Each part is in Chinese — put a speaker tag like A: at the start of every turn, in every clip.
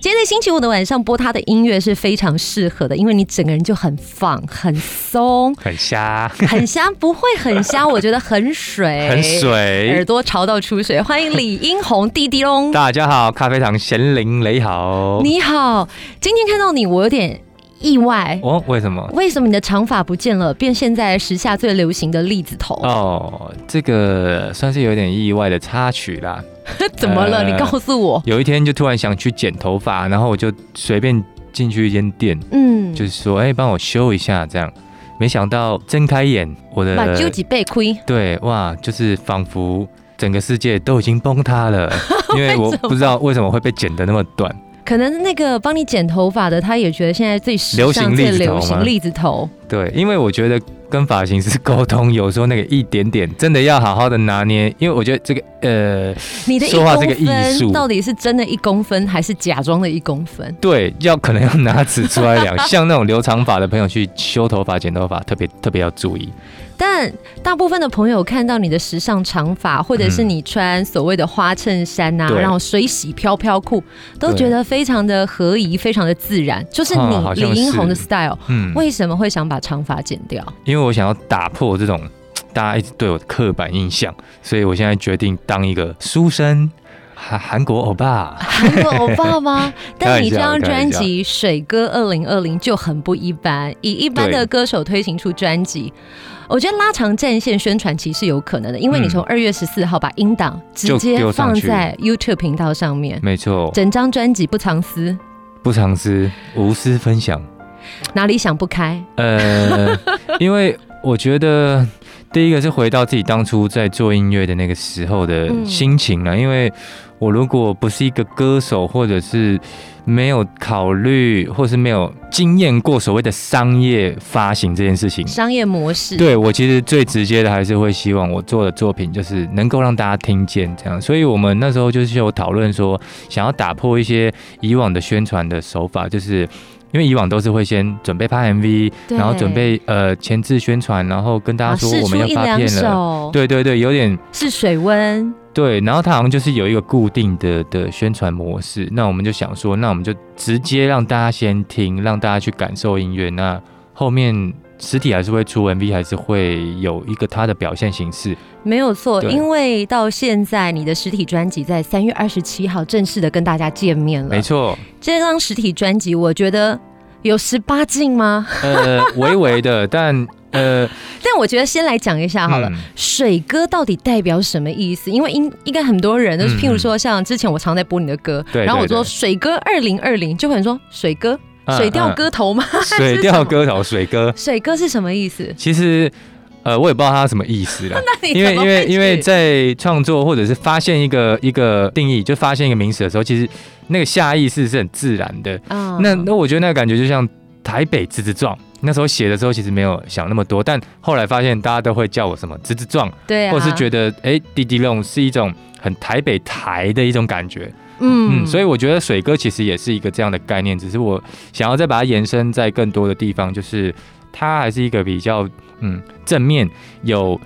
A: 今天在星期五的晚上播他的音乐是非常适合的，因为你整个人就很放、很松、
B: 很瞎，
A: 很香，不会很香，我觉得很水，
B: 很，水
A: 哎耳。朵潮到出水。欢迎李英红弟弟喽，
B: 大家好，咖啡堂贤玲雷好。
A: 你好，今天看到你我有点意外，
B: 哦，为什么？
A: 为什么你的长发不见了，变现在时下最流行的栗子头？
B: 哦，这个算是有点意外的插曲啦。
A: 怎么了？
B: 呃
A: 你告诉我，
B: 有一天就突然想去剪头发，然后我就随便进去一间店，
A: 嗯，
B: 就是说，哎、帮我修一下这样。没想到睁开眼，我的
A: 把纠几倍亏，
B: 对哇，就是仿佛整个世界都已经崩塌 了，因为我
A: 为什么
B: 不知道为什么会被剪得那么短。
A: 可能那个帮你剪头发的，他也觉得现在最时
B: 流行
A: 尚、
B: 栗
A: 最
B: 子头
A: 流行
B: 吗
A: 栗子头。
B: 对，因为我觉得跟发型师沟通，有时候那个一点点真的要好好的拿捏，因为我觉得这个呃，
A: 你的一
B: 说话这个
A: 公
B: 艺术
A: 分到底是真的一公分，还是假装的一公分？
B: 对，要可能要拿尺出来量。像那种留长发的朋友去修头发、剪头发，特别特别要注意。
A: 但大部分的朋友看到你的时尚长发，或者是你穿所谓的花衬衫呐、
B: 嗯对
A: 然后水洗飘飘裤，都
B: 对
A: 觉得非常的合宜，非常的自然，就是你、
B: 啊好像
A: 李英红的
B: 是
A: style。
B: 嗯，
A: 为什么会想把长发剪掉？
B: 因为我想要打破这种大家一直对我的刻板印象，所以我现在决定当一个书生，韩韩国欧巴。
A: 韩国欧巴 吗？但你这张
B: 开玩
A: 专
B: 笑
A: 辑《水歌二零二零》就很不一般，以一般的
B: 对
A: 歌手推行出专辑。我觉得拉长战线宣传期是有可能的，因为
B: 嗯
A: 你从二月十四号把音档直
B: 就
A: 接
B: 丢
A: 放
B: 上去
A: 在 YouTube 频道上面，
B: 没错，
A: 整张专辑不藏私，
B: 不藏私，无私分享。
A: 哪里想不开？
B: 呃，因为我觉得第一个是回到自己当初在做音乐的那个时候的
A: 嗯
B: 心情了、因为我如果不是一个歌手，或者是没有考虑，或是没有经验过所谓的商业发行这件事情。
A: 商业模式，
B: 对我其实最直接的还是会希望我做的作品就是能够让大家听见这样，所以我们那时候就是有讨论说，想要打破一些以往的宣传的手法，就是因为以往都是会先准备拍 MV，
A: 对
B: 然后准备呃前置宣传，然后跟大
A: 啊，
B: 家说
A: 试
B: 我
A: 出
B: 们要
A: 一
B: 发
A: 两
B: 片了。
A: 首，
B: 对对对，有点
A: 试水温，
B: 对，然后它好像就是有一个固定的的宣传模式，那我们就想说，那我们就直接让大家先听，让大家去感受音乐。那后面实体还是会出 MV，还是会有一个它的表现形式。
A: 没有错，
B: 对
A: 因为到现在你的实体专辑在三月二十七号正式的跟大家见面了，
B: 没错，
A: 这张实体专辑，我觉得有十八禁吗？
B: 呃，微微的，但呃，
A: 但我觉得先来讲一下 好了。
B: 嗯
A: 水歌到底代表什么意思？因为应应该很多人都是，
B: 嗯
A: 譬如说像之前我常在播你的歌，
B: 对
A: 然后我
B: 对
A: 说
B: 对
A: 水歌二零二零，就会有人说水歌、
B: 嗯
A: 水调歌头吗？
B: 嗯水调歌头，水歌，
A: 水歌是什么意思？
B: 其实呃，我也不知道它什么意思了。
A: 那你
B: 因
A: 怎
B: 为
A: 么
B: 因为
A: 会
B: 因为
A: 去
B: 在创作或者是发现一个一个定义，就发现一个名词的时候，其实那个下意识是很自然的。
A: 啊
B: 那那我觉得那个感觉就像台北直直撞。那时候写的时候其实没有想那么多，但后来发现大家都会叫我什么直直撞，
A: 对啊，
B: 或是觉得哎滴滴弄是一种很台北台的一种感觉。
A: 嗯
B: 嗯，所以我觉得水哥其实也是一个这样的概念，只是我想要再把它延伸在更多的地方，就是它还是一个比较嗯正面有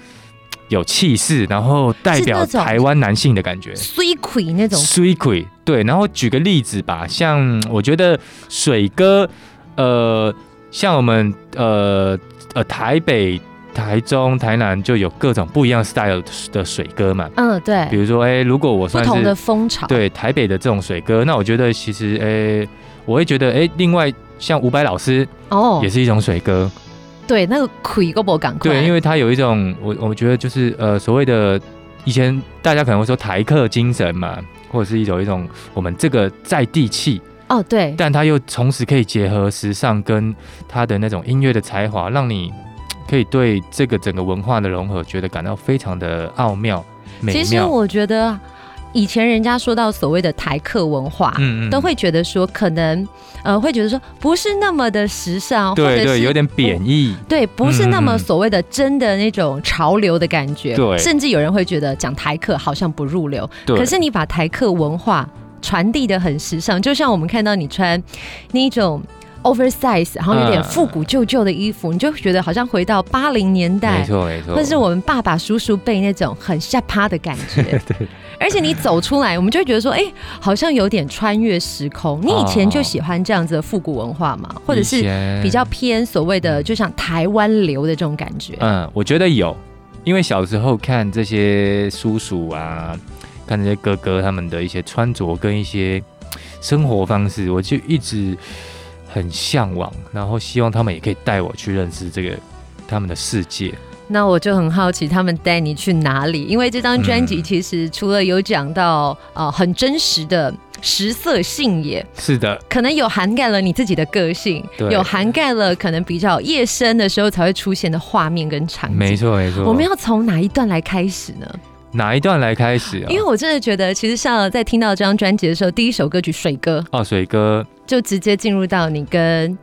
B: 有气势，然后代表
A: 是那种
B: 台湾男性的感觉。
A: 衰鬼那种
B: 水鬼对，然后举个例子吧，像我觉得水哥，呃，像我们呃呃台北、台中、台南就有各种不一样 style 的水哥嘛，
A: 嗯对
B: 比，如说，哎、如果我
A: 不
B: 算是
A: 同的风潮，
B: 对台北的这种水歌，那我觉得其实诶、我会觉得诶、另外像伍佰老师
A: 哦
B: 也，是一种水歌，
A: 对那个鬼够不赶快，
B: 对，因为他有一种我我觉得就是呃所谓的以前大家可能会说台客精神嘛，或者是有一种我们这个在地气，
A: 哦对，
B: 但他又同时可以结合时尚跟他的那种音乐的才华，让你。可以对这个整个文化的融合，觉得感到非常的奥妙、美
A: 其
B: 妙。
A: 实我觉得，以前人家说到所谓的台客文化，
B: 嗯
A: 都会觉得说，可能呃，会觉得说不是那么的时尚，或者
B: 对
A: 是
B: 对，有点贬义。
A: 对，不是那么
B: 嗯
A: 所谓的真的那种潮流的感觉。
B: 对
A: 甚至有人会觉得讲台客好像不入流。
B: 对，
A: 可是你把台客文化传递的很时尚，就像我们看到你穿那种 oversize，然后有点
B: 嗯
A: 复古旧旧的衣服，你就觉得好像回到八零年
B: 没
A: 代。
B: 错没错，
A: 或是我们爸爸叔叔辈那种很下趴的感 觉，而且你走出来，我们就会觉得说，哎、好像有点穿越时空。你以前就喜欢这样子的复古文化嘛，或者
B: 哦以
A: 是
B: 前
A: 比较偏所谓的，就像台湾流的这种感觉。
B: 嗯，我觉得有，因为小时候看这些叔叔啊，看这些哥哥他们的一些穿着跟一些生活方式，我就一直很向往，然后希望他们也可以带我去认识这个他们的世界。
A: 那我就很好奇他们带你去哪里，因为这张专
B: 嗯
A: 辑其实除了有讲到、呃很真实的食色性也，
B: 是的，
A: 可能有涵盖了你自己的个性，
B: 对
A: 有涵盖了可能比较夜深的时候才会出现的画面跟场景。
B: 没错没错。
A: 我们要从哪一段来开始呢？
B: 哪一段来开始啊？
A: 因为我真的觉得，其实像在听到这张专辑的时候，第一首歌曲《水歌
B: 哦，水哥，》
A: 就直接进入到你跟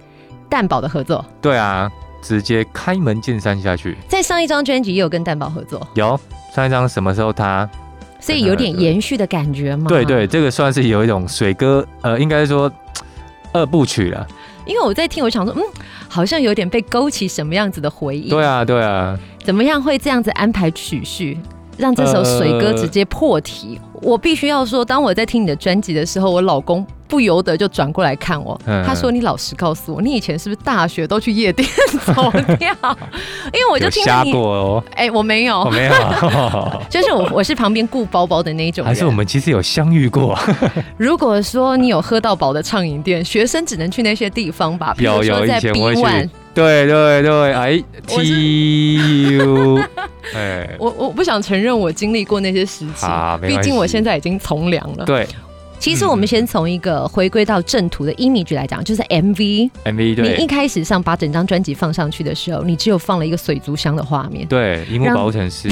A: 蛋宝的合作。
B: 对啊，直接开门见山下去。
A: 在上一张专辑也有跟蛋宝合作，
B: 有上一张什么时候他？
A: 所以有点延续的感觉嘛。
B: 对对，这个算是有一种水哥，呃，应该说二部曲了。
A: 因为我在听，我想说，嗯，好像有点被勾起什么样子的回忆。
B: 对，啊，对啊，
A: 怎么样会这样子安排曲序，让这首《水歌》
B: 呃
A: 直接破题？我必须要说，当我在听你的专辑的时候，我老公不由得就转过来看我，
B: 嗯
A: 他说：“你老实告诉我，你以前是不是大学都去夜店走跳？”因为我就
B: 有
A: 听
B: 瞎
A: 到你，
B: 过哦，
A: 哎、我没有。
B: 我 没有啊，
A: 就是我，我是旁边顾包包的那一种人。
B: 还是我们其实有相 遇过，
A: 如果说你有喝到饱的畅饮店，学生只能去那些地方吧，比如
B: 有
A: 说
B: 有，
A: 在
B: 以前
A: B
B: 我会去
A: One，，
B: 对对对，哎
A: 我是
B: ，T U，哎，
A: 我我不想承认我经历过那些时期
B: 啊，没
A: 毕
B: 关
A: 竟我
B: 系
A: 现在已经从良了。
B: 对
A: 其实我们先从一个回归到正途的 image 来讲，就是 MV。
B: MV
A: 你一
B: 对
A: 开始上把整张专辑放上去的时候，你只有放了一个水族箱的画面，
B: 对，荧幕
A: 让
B: 保护城市，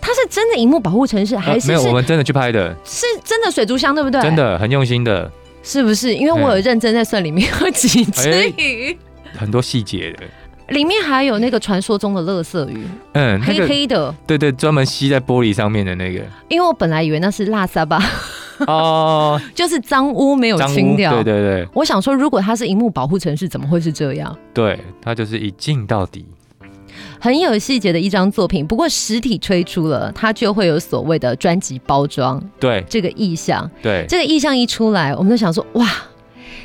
A: 它是真的荧幕保护城市，还
B: 呃没
A: 是
B: 有，
A: 是
B: 我们真的去拍的，
A: 是真的水族箱，对不对？
B: 真的哎很用心的，
A: 是不是？因为我有认真在算里面有几
B: 哎
A: 只鱼，
B: 很多细节的，
A: 里面还有那个传说中的乐色鱼，
B: 嗯，那
A: 黑
B: 个
A: 黑的。
B: 对对，专门吸在玻璃上面的那 个，
A: 因为我本来以为那是拉萨吧，
B: 哦，
A: 就是脏污没有
B: 脏
A: 清
B: 污，
A: 掉。
B: 对对对
A: 我想说，如果它是荧幕保护城市，怎么会是这样？
B: 对，它就是一镜到底，
A: 很有细节的一张作品，不过实体推出了，它就会有所谓的专辑包装
B: 对
A: 这个意向。
B: 对，
A: 这个意向一出来，我们就想说，哇，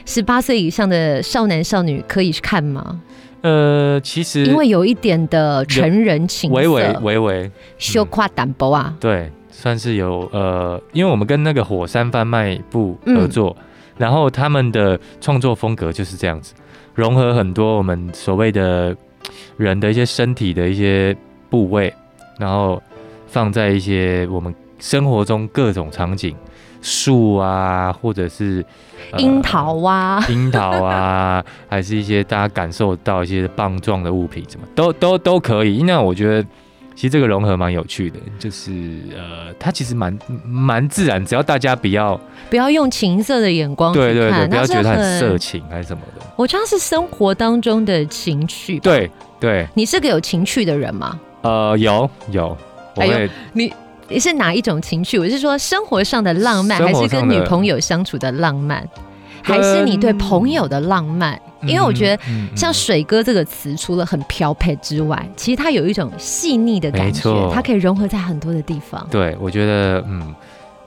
A: 十八岁以上的少男少女可以去看吗？
B: 呃，其实
A: 因为有一点的成人情
B: 微微
A: 色，
B: 微微。
A: 羞夸胆包啊，
B: 对，算是有呃，因为我们跟那个火山贩卖部
A: 嗯
B: 合作，然后他们的创作风格就是这样子，融合很多我们所谓的人的一些身体的一些部位，然后放在一些我们生活中各种场景，树啊，或者是、呃
A: 樱、桃啊，
B: 樱桃啊，还是一些大家感受到一些棒状的物品，什么都都都可以。那我觉得其实这个融合蛮有趣的，就是呃，它其实蛮蛮自然，只要大家不要
A: 不要用情色的眼光去
B: 对对对，
A: 看，
B: 不要
A: 那是
B: 觉得它很色。情还是什么的。
A: 我觉得它是生活当中的情趣。，
B: 对对，
A: 你是个有情趣的人吗？
B: 呃，有有，我
A: 哎呦
B: 会
A: 你是哪一种情趣？我是说生活上的浪漫，
B: 生
A: 还
B: 活
A: 是跟
B: 上的嗯
A: 女朋友相处的浪漫，还是你对朋友的浪漫？因为我觉得。
B: 得。
A: 像“
B: 嗯嗯
A: 水哥”这个词，除了很飘配之外，其实它有一种细腻的感
B: 没
A: 觉
B: 错，
A: 它可以融合在很多的地方。
B: 对，我觉得嗯，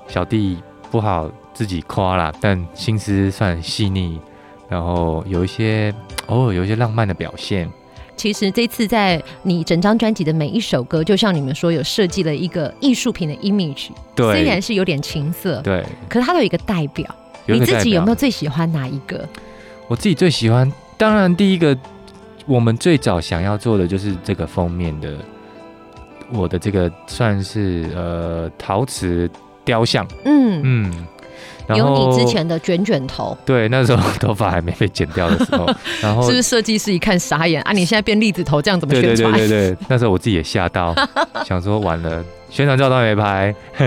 B: 小弟不好自己夸啦，但心思算细腻，然后有一些偶尔有一些浪漫的表现。
A: 其实这次在你整张专辑的每一首歌，就像你们说，有设计了一个艺术品的 image，
B: 对
A: 虽然是有点情色，
B: 对，
A: 可是它都有一个代表。
B: 有
A: 你
B: 一个
A: 自
B: 代
A: 己有
B: 表
A: 没有最喜欢哪一个？
B: 我自己最喜欢，当然第一个，我们最早想要做的就是这个封面的，我的这个算是呃陶瓷雕像，
A: 嗯，
B: 嗯，然
A: 有
B: 后
A: 你之前的卷卷头，
B: 对那时候头发还没被剪掉的 时候，然后
A: 是不是设计师一看傻眼啊？你现在变栗子头，这样怎么
B: 对
A: 宣
B: 对
A: 传？
B: 对对对，那时候我自己也吓到，想说完了，宣传照都还没拍，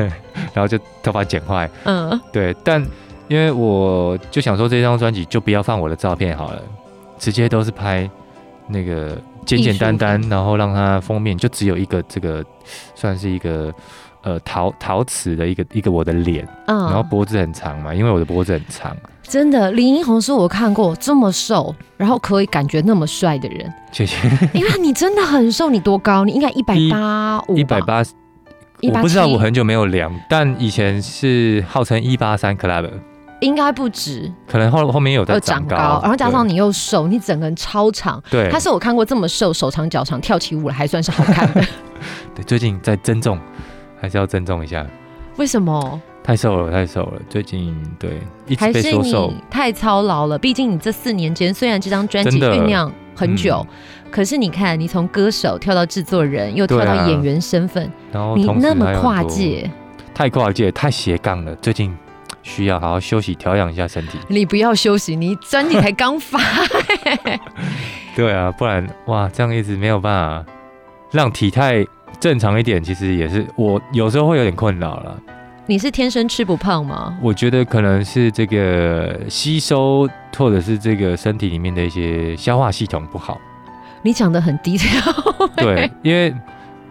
B: 然后就头发剪坏。
A: 嗯，
B: 对，但因为我就想说这张专辑就不要放我的照片好了，直接都是拍那个简简单单，然后让它封面就只有一个这个算是一个呃陶陶瓷的一个一个我的脸，
A: 嗯，
B: 然后脖子很长嘛，因为我的脖子很长，
A: 真的，林英红是我看过这么瘦，然后可以感觉那么帅的 人，
B: 谢谢
A: 因为你真的很瘦，你多高？你应该一百八五，
B: 一百，八十。
A: 187
B: 我不知道，我很久没有量，但以前是号称一八三 club，
A: 应该不止，
B: 可能后后面有在
A: 又
B: 长
A: 哦长
B: 高，
A: 高，然后加上你又瘦，你整个人超长。
B: 对
A: 他是我看过这么瘦，手长脚长，跳起舞来还算是好看 的。
B: 对对，最近在增重，还是要增重一下，
A: 为什么？
B: 太瘦了，太瘦了，最近对一直
A: 还
B: 被
A: 是
B: 说瘦
A: 你，太操劳了？毕竟你这四年间，虽然这张专辑
B: 真的嗯
A: 酝酿很久，可是你看，你从歌手跳到制作人，又跳
B: 对
A: 到
B: 啊
A: 演员身份，
B: 然后
A: 你
B: 同时
A: 那
B: 还
A: 么
B: 有很
A: 跨
B: 多，
A: 界。
B: 太跨界，太斜杠了，最近需要好好休息调养一下身体。
A: 你不要休息，你专辑才刚发，
B: 对啊，不然哇，这样一直没有办法让体态正常一点，其实也是我有时候会有点困扰了。
A: 你是天生吃不胖吗？
B: 我觉得可能是这个吸收，或者是这个身体里面的一些消化系统不好。
A: 你讲的很低调，
B: 对，因为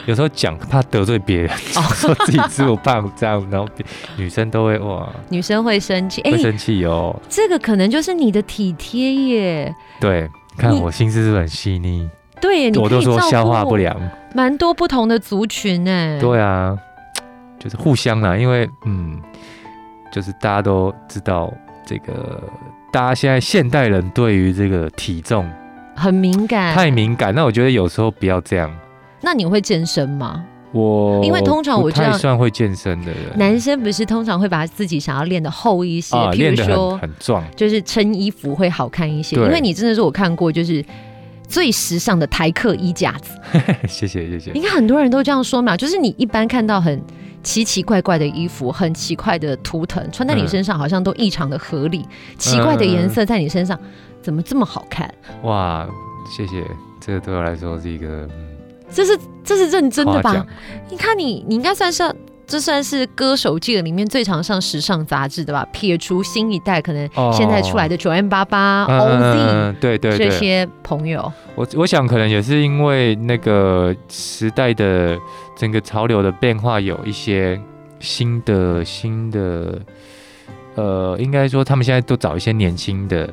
B: 有时候讲怕得罪别 人，说自己吃不胖这样，然后别女生都会哇
A: 女生会生气。哎、
B: 会生气哦。
A: 这个可能就是你的体贴耶。
B: 对，看
A: 你
B: 我心思是不是很细腻，
A: 对耶，你
B: 我
A: 可
B: 都
A: 以
B: 说
A: 照顾
B: 消化不，良。
A: 蛮多不同的族群哎。，
B: 对啊，就是互相啦，因为嗯，就是大家都知道这个，大家现在现代人对于这个体重
A: 很敏感。
B: 太敏感，那我觉得有时候不要这样。
A: 那你会健身吗？
B: 我
A: 因为通常我
B: 不
A: 知道
B: 太算会健身的人，
A: 男生不是通常会把自己想要练的厚一些，
B: 啊
A: 譬
B: 练
A: 如
B: 得很
A: 说
B: 很壮，
A: 就是撑衣服会好看一些。
B: 对
A: 因为你真的是我看过就是最时尚的台客衣架子。
B: 谢谢谢谢
A: 应。该很多人都这样说嘛，就是你一般看到很奇奇怪怪的衣服，很奇怪的图腾，穿在你
B: 嗯
A: 身上好像都异常的合理，奇怪的颜色在你身上怎么这么好看？
B: 哇，谢谢，这个对我来说是一个嗯
A: 这是这是认真的
B: 夸
A: 吧
B: 奖？，
A: 你看你你应该算是。这算是歌手界里面最常上时尚杂志的吧？撇除新一代可能
B: 哦
A: 现在出来的啊九 M 八八、
B: 嗯嗯嗯
A: OZ
B: 嗯对对
A: 这
B: 对，
A: 些朋友，
B: 我我想可能也是因为那个时代的整个潮流的变化，有一些新的新的，呃，应该说他们现在都找一些年轻的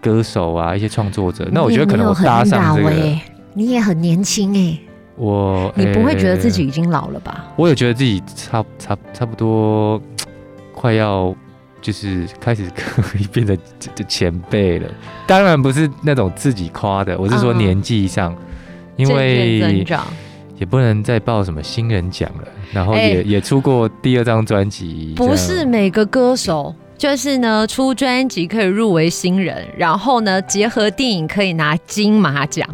B: 歌手啊，一些创作者。那我觉得可能我搭上这个，
A: 你也很年轻哎，
B: 我
A: 欸你不会觉得
B: 呃
A: 自己已经老了吧？
B: 我有觉得自己差差差不多快要就是开始 可以变成这这前辈了。当然不是那种自己夸的，我是说
A: 嗯
B: 年纪上，因
A: 渐渐增
B: 为
A: 长，
B: 也不能再报什么新人奖了。然后
A: 哎
B: 也、也出过第二张专辑，
A: 不
B: 这
A: 是
B: 样
A: 每个歌手，就是呢，出专辑可以入围新人，然后呢，结合电影可以拿金马 奖。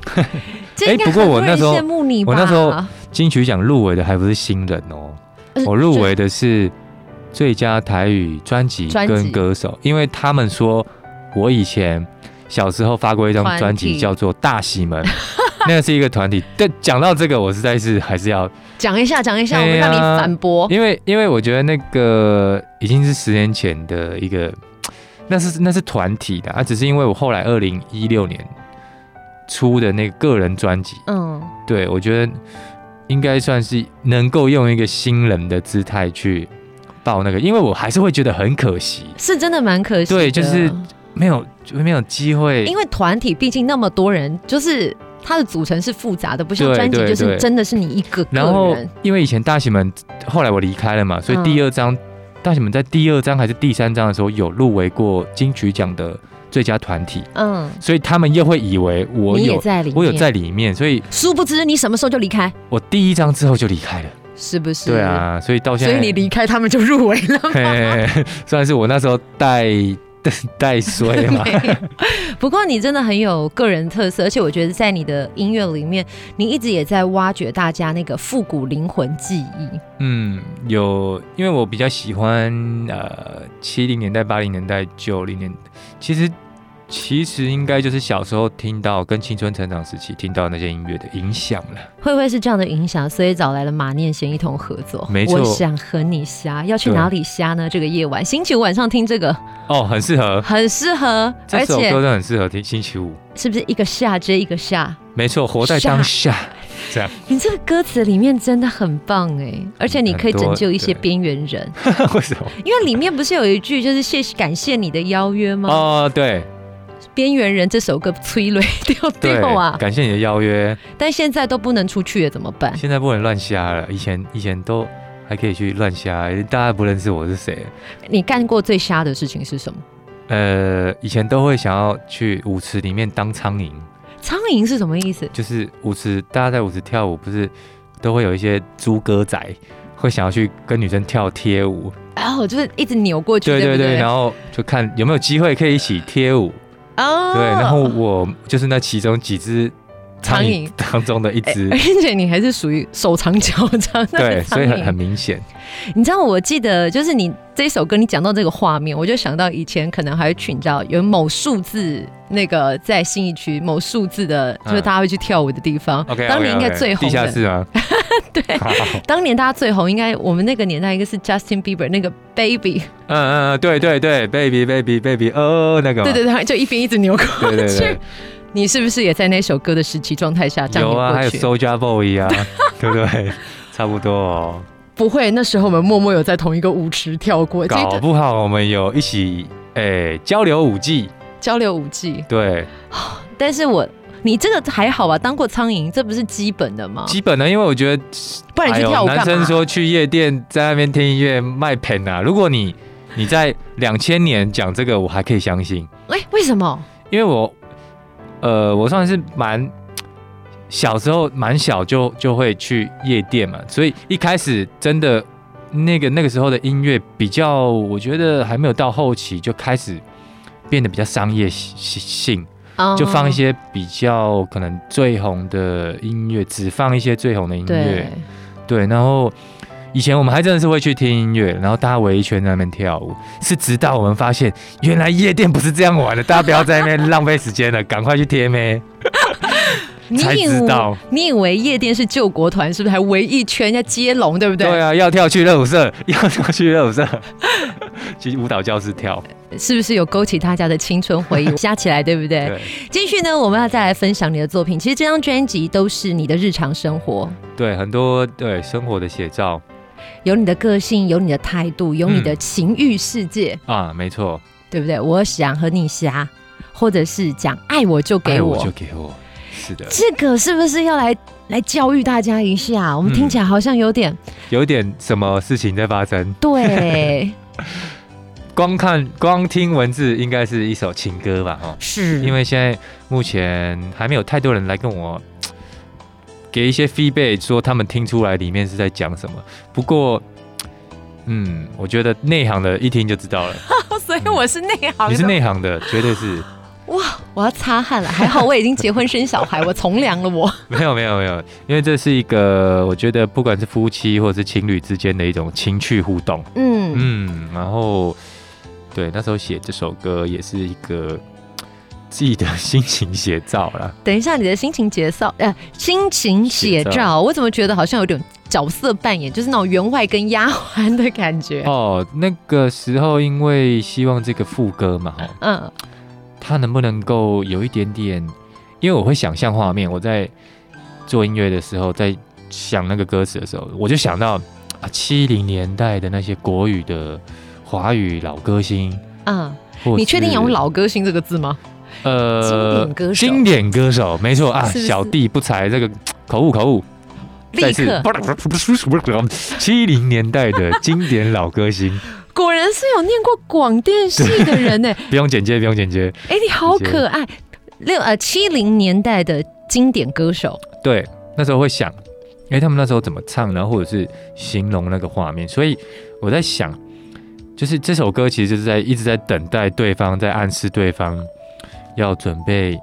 A: 这应该
B: 哎不过我
A: 很多人
B: 那时候
A: 羡慕你吧？
B: 我那时候金曲奖入围的还不是新人哦，
A: 呃
B: 我入围的是最佳台语专辑
A: 专辑
B: 跟歌手，因为他们说我以前小时候发过一张
A: 团体
B: 专辑叫做《大喜门》，那是一个团体。但讲到这个，我实在是还是要，
A: 讲一下，讲一下，我
B: 哎
A: 们
B: 呀
A: 让你反驳。
B: 因为因为我觉得那个已经是十年前的一个，那是那是团体的啊，只是因为我后来二零一六年出的那个个人专辑，
A: 嗯，
B: 对，我觉得应该算是能够用一个新人的姿态去报那个，因为我还是会觉得很可惜，
A: 是真的蛮可惜的。
B: 对就是没有就没有机会
A: 因。为团体毕竟那么多人，就是它的组成是复杂的，不像
B: 对
A: 专辑
B: 对
A: 就是
B: 对
A: 真的是你一个个
B: 然后
A: 人。
B: 因为以前大喜门后来我离开了嘛，所以第二张、大喜门在第二张还是第三张的时候有入围过金曲奖的最佳团体，
A: 嗯，
B: 所以他们又会以为我
A: 你也
B: 有
A: 在里面，
B: 我有。在里面，所以
A: 殊不知你什么时候就离开，
B: 我第一张之后就离开了。
A: 是不是？
B: 对。啊，所以到现
A: 所
B: 在
A: 以你离开他们就入围了。
B: 嘿，算是我那时候带 带衰 嘛，
A: 不过你真的很有个人特色，而且我觉得在你的音乐里面，你一直也在挖掘大家那个复古灵魂记忆。
B: 嗯，有，因为我比较喜欢呃七零年代、八零年代、九零年，其实其实应该就是小时候听到跟青春成长时期听到那些音乐的影响了。
A: 会不会是这样的影响，所以找来了马念先一同合作？
B: 没错
A: 我想和你瞎，要去
B: 对
A: 哪里瞎呢？这个夜晚，星期五晚上听这个
B: 哦，很适合，
A: 很适合，
B: 这
A: 而
B: 首
A: 且
B: 歌都很适合听星期五。
A: 是不是一个下接一个下？
B: 没错，活在当下，这样
A: 你这个歌词里面真的很棒哎，而且你可以
B: 很多
A: 拯救一些
B: 对
A: 边缘人，
B: 为什么？
A: 因为里面不是有一句就是谢感谢你的邀约吗？
B: 哦，对
A: 边缘人这首歌催泪掉
B: 对
A: 掉 啊，
B: 感谢你的邀约。
A: 但现在都不能出去了，怎么办？
B: 现在不能乱瞎了，以前以前都还可以去乱瞎，大家不认识我是谁。
A: 你干过最瞎的事情是什么？
B: 呃，以前都会想要去舞池里面当苍蝇，
A: 苍蝇是什么意思？
B: 就是舞池大家在舞池跳舞，不是都会有一些猪哥仔会想要去跟女生跳贴舞，
A: 哦，就是一直扭过去，
B: 对
A: 对
B: 对
A: 不
B: 对，
A: 对
B: 然后就看有没有机会可以一起贴舞，
A: 哦，
B: 对，然后我就是那其中几只苍蝇哎当中的一只
A: 哎而，且你还是属于手长脚长
B: 对，
A: 的苍
B: 所以很很
A: 蝇。
B: 明显，
A: 你知道，我记得就是你这首歌，你讲到这个画面，我就想到以前可能还会去，你知道有某数字那个在信义区某数字的，就是
B: 嗯
A: 大家会去跳舞的地方。
B: OK，
A: 当年应该最红
B: 地下
A: 的，
B: 室吗？
A: 对，
B: 好
A: 当年大家最红，应该我们那个年代应该是 Justin Bieber 那个 Baby，
B: 嗯嗯嗯，对对对，baby baby baby，哦，那个嘛，
A: 对对对，就一边一直扭过
B: 对啊对
A: 去
B: 对。
A: 你是不是也在那首歌的时期状态下这样
B: 有
A: 扭
B: 啊，还
A: 过
B: 有
A: 去？
B: Soulja Boy 啊，对不对？差不多哦，
A: 不会，那时候我们默默有在同一个舞池跳过，这
B: 搞
A: 个
B: 不好我们有一起诶、交流舞技，
A: 交流舞技。
B: 对，
A: 但是我。你这个还好吧？啊当过苍蝇，这不是基本的吗？
B: 基本呢，因为我觉得，
A: 不然你去跳舞干嘛？
B: 哎呦男生说去夜店在那边听音乐卖盆啊，如果你你在两千年讲这个，我还可以相信，
A: 哎、为什么？
B: 因为我呃，我算是蛮。小时候蛮小就就会去夜店嘛，所以一开始真的那个那个时候的音乐比较，我觉得还没有到后期就开始变得比较商业性，
A: 啊
B: 就放一些比较可能最红的音乐，只放一些最红的音乐
A: 对。，
B: 对，然后以前我们还真的是会去听音乐，然后大家围一圈在那边跳舞，是直到我们发现原来夜店不是这样玩的，大家不要在那边浪费时间了，赶快去贴妹。
A: 你
B: 才
A: 以
B: 知
A: 为
B: 道
A: 你以为夜店是救国团，是不是还围一圈要接龙，对不 对？
B: 对啊，要跳去热舞社，要跳去热舞社，去舞蹈教室跳。
A: 是不是有勾起大家的青春回 忆，加起来，对不对？
B: 对
A: 继续呢，我们要再来分享你的作品。其实这张专辑都是你的日常生活，
B: 对，很多对生活的写照
A: 有你的个性，有你的态度，有你
B: 嗯
A: 的情欲世界，
B: 啊，没错，
A: 对不对？我想和你侠，或者是讲爱我就
B: 爱
A: 给我，
B: 就给我，是的。
A: 这个是不是要来来教育大家一下？我们
B: 嗯
A: 听起来好像有点、
B: 有点什么事情在发生。
A: 对，
B: 光看光听文字，应该是一首情歌吧？哦，
A: 是
B: 因为现在目前还没有太多人来跟我给一些 feedback，说他们听出来里面是在讲什么。不过，嗯，我觉得内行的一听就知道 了。
A: 所以我是内行
B: 你
A: 的，
B: 是内行的，绝对是
A: 我要擦汗了。还好我已经结婚生小孩，我从良了我。
B: 没有没有没有，因为这是一个我觉得不管是夫妻或者是情侣之间的一种情趣互动。
A: 嗯，
B: 嗯，然后对那时候写这首歌也是一个自己的心情写照啦。
A: 等一下你的心情介绍，呃，心情写
B: 写
A: 照，
B: 照
A: 我怎么觉得好像有点角色扮演，就是那种员外跟丫鬟的感觉。
B: 哦，那个时候因为希望这个副歌嘛，哈，
A: 嗯，
B: 它能不能够有一点点，因为我会想象画面，我在做音乐的时候，在想那个歌词的时候，我就想到啊七零年代的那些国语的华语老歌星，
A: 嗯，
B: 或
A: 你确定
B: 是
A: 有“老歌星”这个字吗？
B: 呃
A: 经典歌手
B: 经典歌手没错啊，
A: 是不是
B: 小弟不才这个口误口误。
A: 立刻，
B: 七零年代的经典老歌星，
A: 果然是有念过广电系的人 呢、
B: 不用剪接，不用剪接。
A: 哎、你好可爱，六呃七零年代的经典歌手，
B: 对，那时候会想，哎、他们那时候怎么唱，然后或者是形容那个画面，所以我在想，就是这首歌其实就是在一直在等待对方，在暗示对方要准备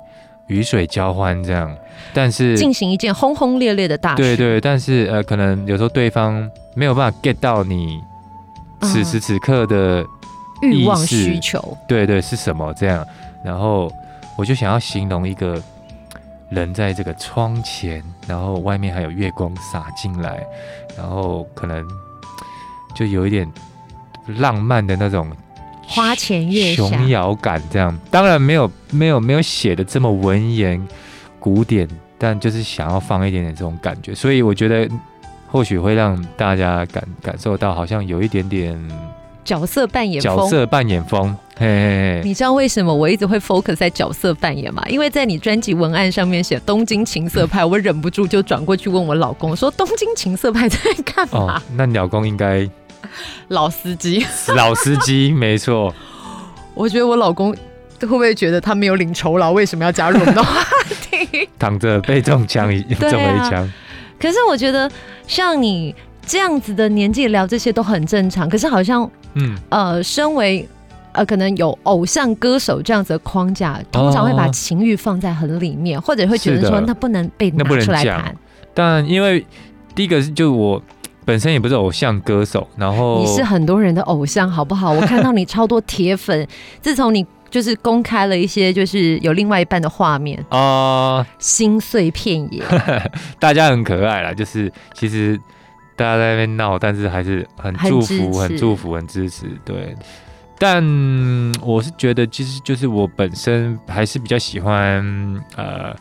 B: 雨水交欢这样，但是
A: 进行一件轰轰烈烈的大事。
B: 对对，但是呃，可能有时候对方没有办法 get 到你此时此刻的、
A: 欲望
B: 意识
A: 需求，
B: 对对是什么这样，然后我就想要形容一个人在这个窗前，然后外面还有月光洒进来，然后可能就有一点浪漫的那种
A: 花前月下。
B: 琼瑶感这样。当然没有没有没有写的这么文言古典但就是想要放一点点这种感觉，所以我觉得或许会让大家感感受到好像有一点点
A: 角色扮演
B: 角
A: 风。
B: 色扮演风，嘿嘿嘿，
A: 你知道为什么我一直会 focus 在角色扮演吗？因为在你专辑文案上面写“东京情色派”，我忍不住就转过去问我老公说：“东京情色派在干嘛？”
B: 哦，那你老公应该
A: 老司机，
B: 老司机，没错，
A: 我觉得我老公会不会觉得他没有领酬劳，为什么要加入我们的话题？
B: 躺着被中枪一
A: 对啊
B: 中了一枪，
A: 可是我觉得像你这样子的年纪聊这些都很正常，可是好像
B: 嗯，
A: 呃，身为呃，可能有偶像歌手这样子的框架，通常会把情欲放在很里面，或者会觉得
B: 哦是
A: 说
B: 的
A: 那不能被拿
B: 那不能
A: 出来
B: 讲
A: 谈。
B: 但因为第一个是就我本身也不是偶像歌手，然后
A: 你是很多人的偶像，好不好？我看到你超多铁 粉，自从你就是公开了一些就是有另外一半的画面，
B: 啊、
A: 心碎遍 野。
B: 大家很可爱啦，就是其实大家在那边闹，但是还是很祝福、
A: 很支持
B: 很祝福、很支持。对，但我是觉得，其实就是我本身还是比较喜欢呃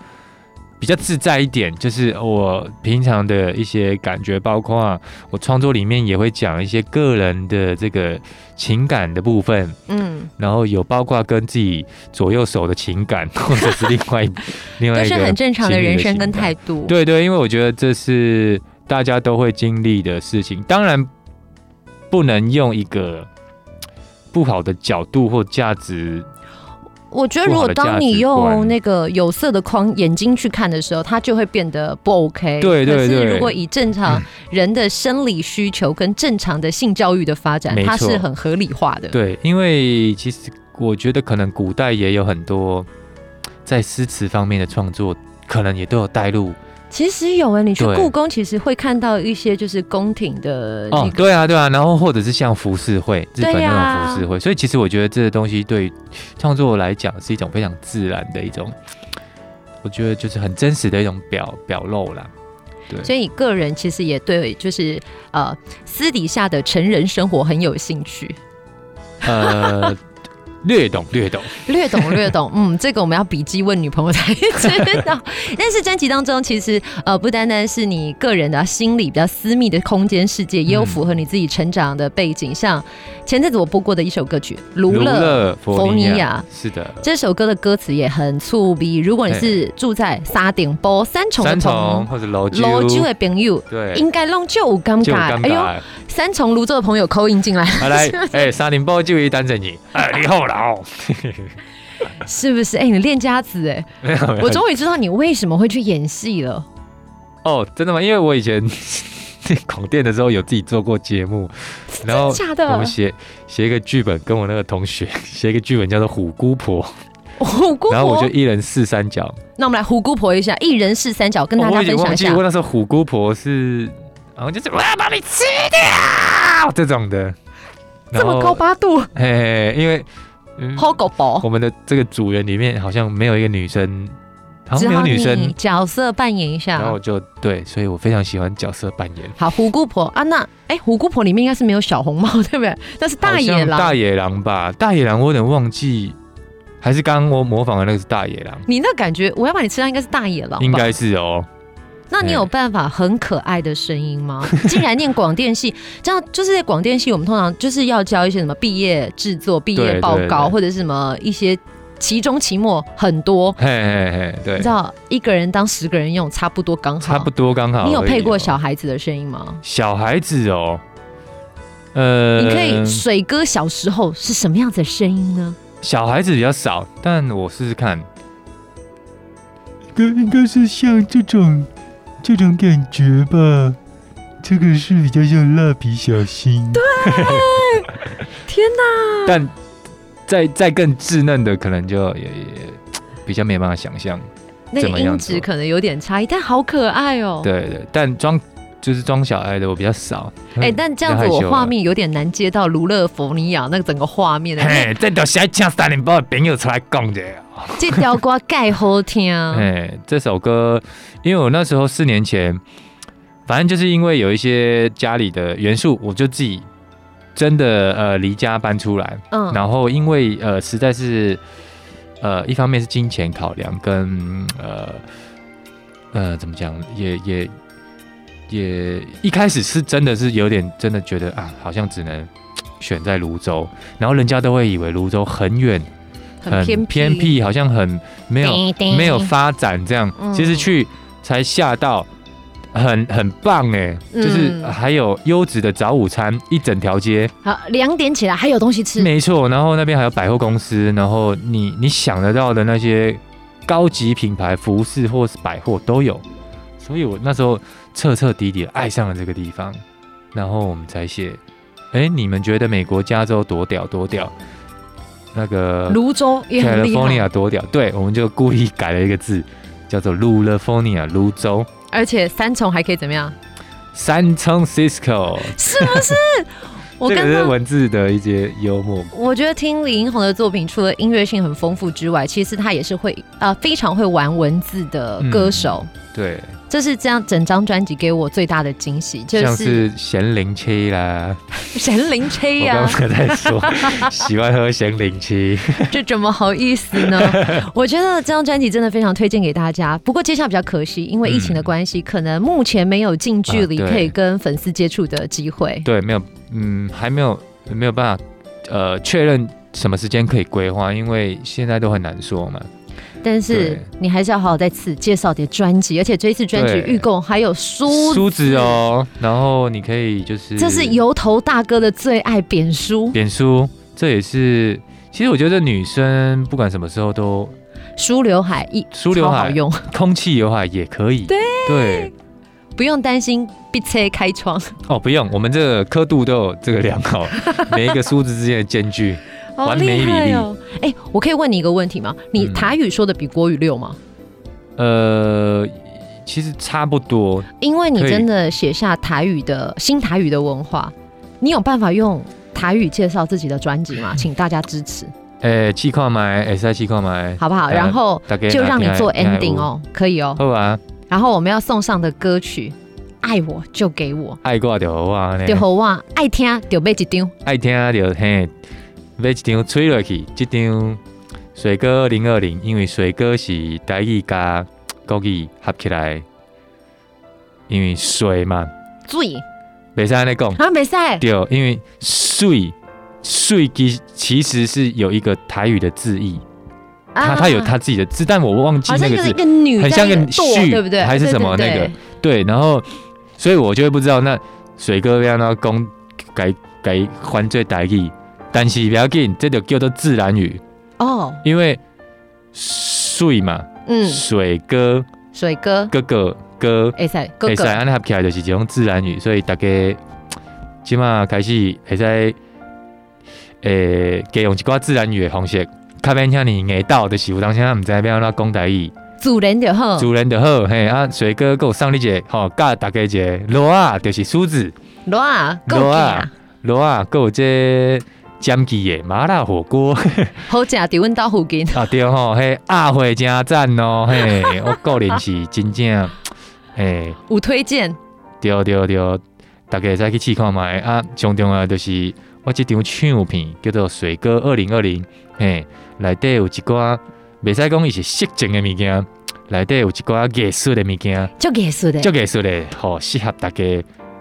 B: 比较自在一点，就是我平常的一些感觉，包括我创作里面也会讲一些个人的这个情感的部分，
A: 嗯，
B: 然后有包括跟自己左右手的情感，或者是另外 一另外
A: 都
B: 一
A: 是
B: 个
A: 很正常的
B: 情侣
A: 人生跟
B: 情感
A: 态度。
B: 对对，因为我觉得这是大家都会经历的事情，当然不能用一个不好的角度或价值。
A: 我觉得如
B: 不好
A: 果
B: 的
A: 当你
B: 价值观
A: 用那个有色的框眼睛去看的时候，它就会变得不 OK。
B: 对对
A: 可是
B: 对
A: 如果以正常人的生理需求跟正常的性教育的发展，
B: 没错
A: 它是很合理化的。，
B: 对，因为其实我觉得可能古代也有很多在诗词方面的创作，可能也都有带入。
A: 其实有哎，你去
B: 对
A: 故宫其实会看到一些就是宫廷的那
B: 哦，
A: 个。
B: 对啊，对啊，然后或者是像浮世绘，日本
A: 对
B: 那
A: 啊
B: 种浮世绘，所以其实我觉得这个东西对于创作来讲是一种非常自然的一种，我觉得就是很真实的一种表表露啦。对，
A: 所以你个人其实也对，就是呃私底下的成人生活很有兴 趣，
B: 呃，略懂略懂，
A: 略懂略懂，嗯，这个我们要笔记问女朋友才知道。但是专辑当中，其实呃，不单单是你个人的心理比较私密的空间世界，也有
B: 嗯
A: 符合你自己成长的背景，像前阵子我播过的一首歌曲《卢
B: 卢
A: 勒》。
B: 勒
A: 佛
B: 佛
A: 尼
B: 尼
A: 亚
B: 亚，是的，
A: 这首歌的歌词也很粗鄙。如果你是住在沙顶波三重的
B: 三重
A: 同
B: 或者楼
A: 泸州
B: 州，
A: 的朋友，
B: 对，
A: 应该弄就有感
B: 就
A: 觉。
B: 有尴
A: 哎呦，
B: 尬。
A: 三重泸州的朋友扣印进来，
B: 好来，哎，沙林波就一单着你，哎，你后老，
A: 是不是？哎，你练家子哎，
B: 没有没有
A: 我终于知道你为什么会去演戏了。
B: 哦，真的吗？因为我以前 广电的时候有自己做过节目，然后
A: 真的假的
B: 哦我们写写一个剧本，跟我那个同学 写一个剧本叫做《虎姑婆》，
A: 虎姑婆，
B: 然后我就一人试三角。
A: 那我们来虎姑婆一下，一人试三角，跟
B: 哦
A: 大家
B: 我已经
A: 分享
B: 忘
A: 一
B: 记
A: 下
B: 我。那时候虎姑婆是，然后就是我要把你吃掉这种的，
A: 这么高
B: 吧？
A: 八度，
B: 嘿，因为嗯，
A: 好狗
B: 我
A: 宝，
B: 们的这个组员里面好像没有一个女生，好
A: 只
B: 像没有
A: 好
B: 女
A: 你
B: 生，
A: 角色扮演一
B: 然后
A: 下
B: 我。就对，所以我非常喜欢角色扮演。
A: 好，虎姑婆啊，那哎，虎姑婆里面应该是没有小红帽，对不对？那是大野
B: 好像大
A: 狼。
B: 野狼吧？大野狼我有点忘记，还是刚刚我模仿的那个是大野狼，
A: 你那感觉，我要把你吃掉，应该是大野狼吧？
B: 应该是哦。
A: 那你有办法很可爱的声音吗？ 竟然念广电系，这样就是在广电系，我们通常就是要教一些什么毕业制作、毕
B: 对
A: 业
B: 对
A: 报告，
B: 对
A: 或者是什么一些期中、期末很多。
B: 嘿嘿嘿，
A: 你
B: 对
A: 知，道一个人当十个人用，差不多刚好。
B: 差不多刚好而已哦。
A: 你有配过小孩子的声音吗？
B: 小孩子哦？呃，
A: 你可以水哥小时候是什么样子的声音呢？
B: 小孩子比较少，但我试试看。
A: 嗯
B: 应该是像这种这种感觉吧，这个是比较像蜡笔小新。对，
A: 天
B: 哪！但再再更稚嫩的，可能就也也比较没办法想象。
A: 那
B: 怎
A: 个
B: 么样
A: 音
B: 子
A: 质可能有点差异，但好可爱哦、
B: 对对，但装就是装小孩的我比较少。
A: 哎、但这样子
B: 比较害羞啊
A: 我
B: 了
A: 画面有点难接到卢勒佛尼亚那个整个画面哎的，因为，
B: 这条小枪三零八的朋友出来讲的。
A: 这条歌盖好听。
B: 哎，这首歌，因为我那时候四年前，反正就是因为有一些家里的元素，我就自己真的呃离家搬出来，
A: 嗯，
B: 然后因为呃实在是呃一方面是金钱考量跟呃呃，怎么讲，也也也一开始是真的是有点真的觉得啊，好像只能选在泸州，然后人家都会以为泸州很远、
A: 很偏
B: 偏僻，好像很没有没有发展这样。
A: 嗯
B: 其实去才吓到，很很棒哎，就是
A: 嗯
B: 还有优质的早午餐，一整条街，
A: 好，两点起来还有东西吃，
B: 没错。然后那边还有百货公司，然后你你想得到的那些高级品牌服饰或是百货都有。所以我那时候彻彻底底地爱上了这个地方，然后我们才写，哎，你们觉得美国加州多屌多屌？那个
A: 泸州也很厉害，
B: California 多屌，对，我们就故意改了一个字，叫做 California 泸州
A: 而且三重还可以怎么样？
B: San Francisco。
A: 是不 是？我
B: 这个
A: 刚
B: 是
A: 刚。
B: 文字的一些幽默。
A: 我觉得听李英红的作品，除了音乐性很丰富之外，其实她也是会呃非常会玩文字的
B: 嗯
A: 歌手，
B: 对，
A: 这是这样整张专辑给我最大的惊喜，就
B: 像
A: 是
B: 是咸灵七啦，
A: 神灵吹啊
B: 我
A: 呀、
B: 刚刚在 说喜欢喝咸灵七，
A: 这怎么好意思 呢？我觉得这张专辑真的非常推荐给大家。不过接下来比较可惜，因为疫情的关系，可能目前没有近距离
B: 啊对
A: 可以跟粉丝接触的机会。
B: 对，没有，嗯，还没有没有办法，呃，确认什么时间可以规划，因为现在都很难说嘛。
A: 但是
B: 对
A: 你还是要好好再次介绍你的专辑，而且这一次专辑
B: 对
A: 预购还有书，
B: 梳子哦，然后你可以就是，
A: 这是油头大哥的最爱扁书，
B: 扁梳，这也是，其实我觉得女生不管什么时候都
A: 梳刘海一
B: 梳刘
A: 超好
B: 海
A: 用，
B: 空气刘海也可以。对
A: 不用担心必切开窗。
B: 哦，不用，我们这个刻度都有这个量好，每一个梳子之间的间距。
A: 好
B: 完美
A: 厉
B: 比例
A: 害哦！哎、我可以问你一个问题吗？你
B: 嗯
A: 台语说的比国语溜吗？
B: 呃，其实差不多，
A: 因为你
B: 可以
A: 真的写下台语的新台语的文化，你有办法用台语介绍自己的专辑 吗？请大家支持，
B: 诶、气矿买，诶，塞气矿买，
A: 好不好？
B: 呃
A: 然后
B: 大概
A: 就让你做
B: 听下
A: ending。哦，可以哦
B: 听。下有好啊，
A: 然后我们要送上的歌曲《爱我就给我
B: 爱挂就好啊，》，
A: 就好哇，爱听就被一丢。
B: 爱听就啊嘿，买一张吹落去，这张水哥零二零，因为水哥是台语加国语合起来，因为水嘛，
A: 醉
B: 袂使安 尼讲，
A: 啊，没赛
B: 对，因为水水其其实是有一个台语的字义，它它有它自己的字，但我忘记
A: 啊好像
B: 那
A: 一
B: 个
A: 个
B: 字
A: 一，个女，
B: 很像
A: 一
B: 个
A: 剁，
B: 序
A: 对不对？
B: 还是什么
A: 对对对
B: 那对，然后所以我就会不知道那水哥要那讲改改翻做台语，但是不要紧，这就叫做自然语，
A: 哦，
B: 因为水嘛，
A: 嗯，
B: 水哥
A: 水哥，
B: 哥哥哥，
A: 哎塞，哥
B: 可以
A: 哥，
B: 安尼合起来就是啊一种自然语，所以大家即马开始会使诶，加呃用一寡自然语的方式。较免遐尼硬到，就是有当时咱毋知道要安怎讲台语，
A: 主人就好，
B: 主人就好，嘿啊，水哥给我上你一个，吼、教大家一个螺啊，就是梳子，
A: 罗啊，够
B: 罗
A: 啊
B: 啊，，螺啊，还有这尖记的麻辣火锅
A: 好食伫阮兜附近。
B: 啊，对吼、嘿，阿慧真赞哦，嘿，我个人是真正，嘿，
A: 有推荐，
B: 对对对，大家再去试看卖啊，上重要的就是我这张唱片叫做《水哥二零二零》，嘿，内底有一寡袂使讲伊是色情的物件，内底有一寡艺术的物件。
A: 就艺术的，
B: 足艺术嘞，吼、适合大家，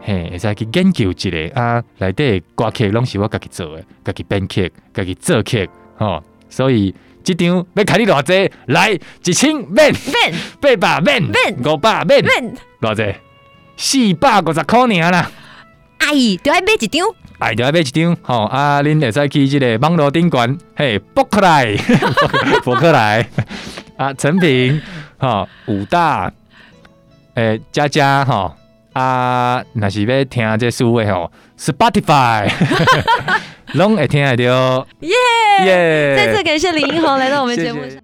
B: 嘿，会使去研究一下啊。内底的歌曲拢是我家己做的，家己编曲，家己作曲，吼、所以即张要开你偌济，来一千免，
A: 变
B: 八百免，
A: 免
B: 五百免，
A: 变，
B: 偌济，四百五十箍尔啦。
A: 阿姨就爱买一张，
B: 哎，就要买一张，吼、啊，恁会使去即个网络顶悬，嘿，博克来， 博克来， 啊，陈平，吼、武大，诶、佳佳，吼、啊，若是要听这数位吼，Spotify，拢会听得到，
A: 耶！
B: 耶、
A: 再次感谢李英红来到我
B: 我
A: 们节目上。
B: 上。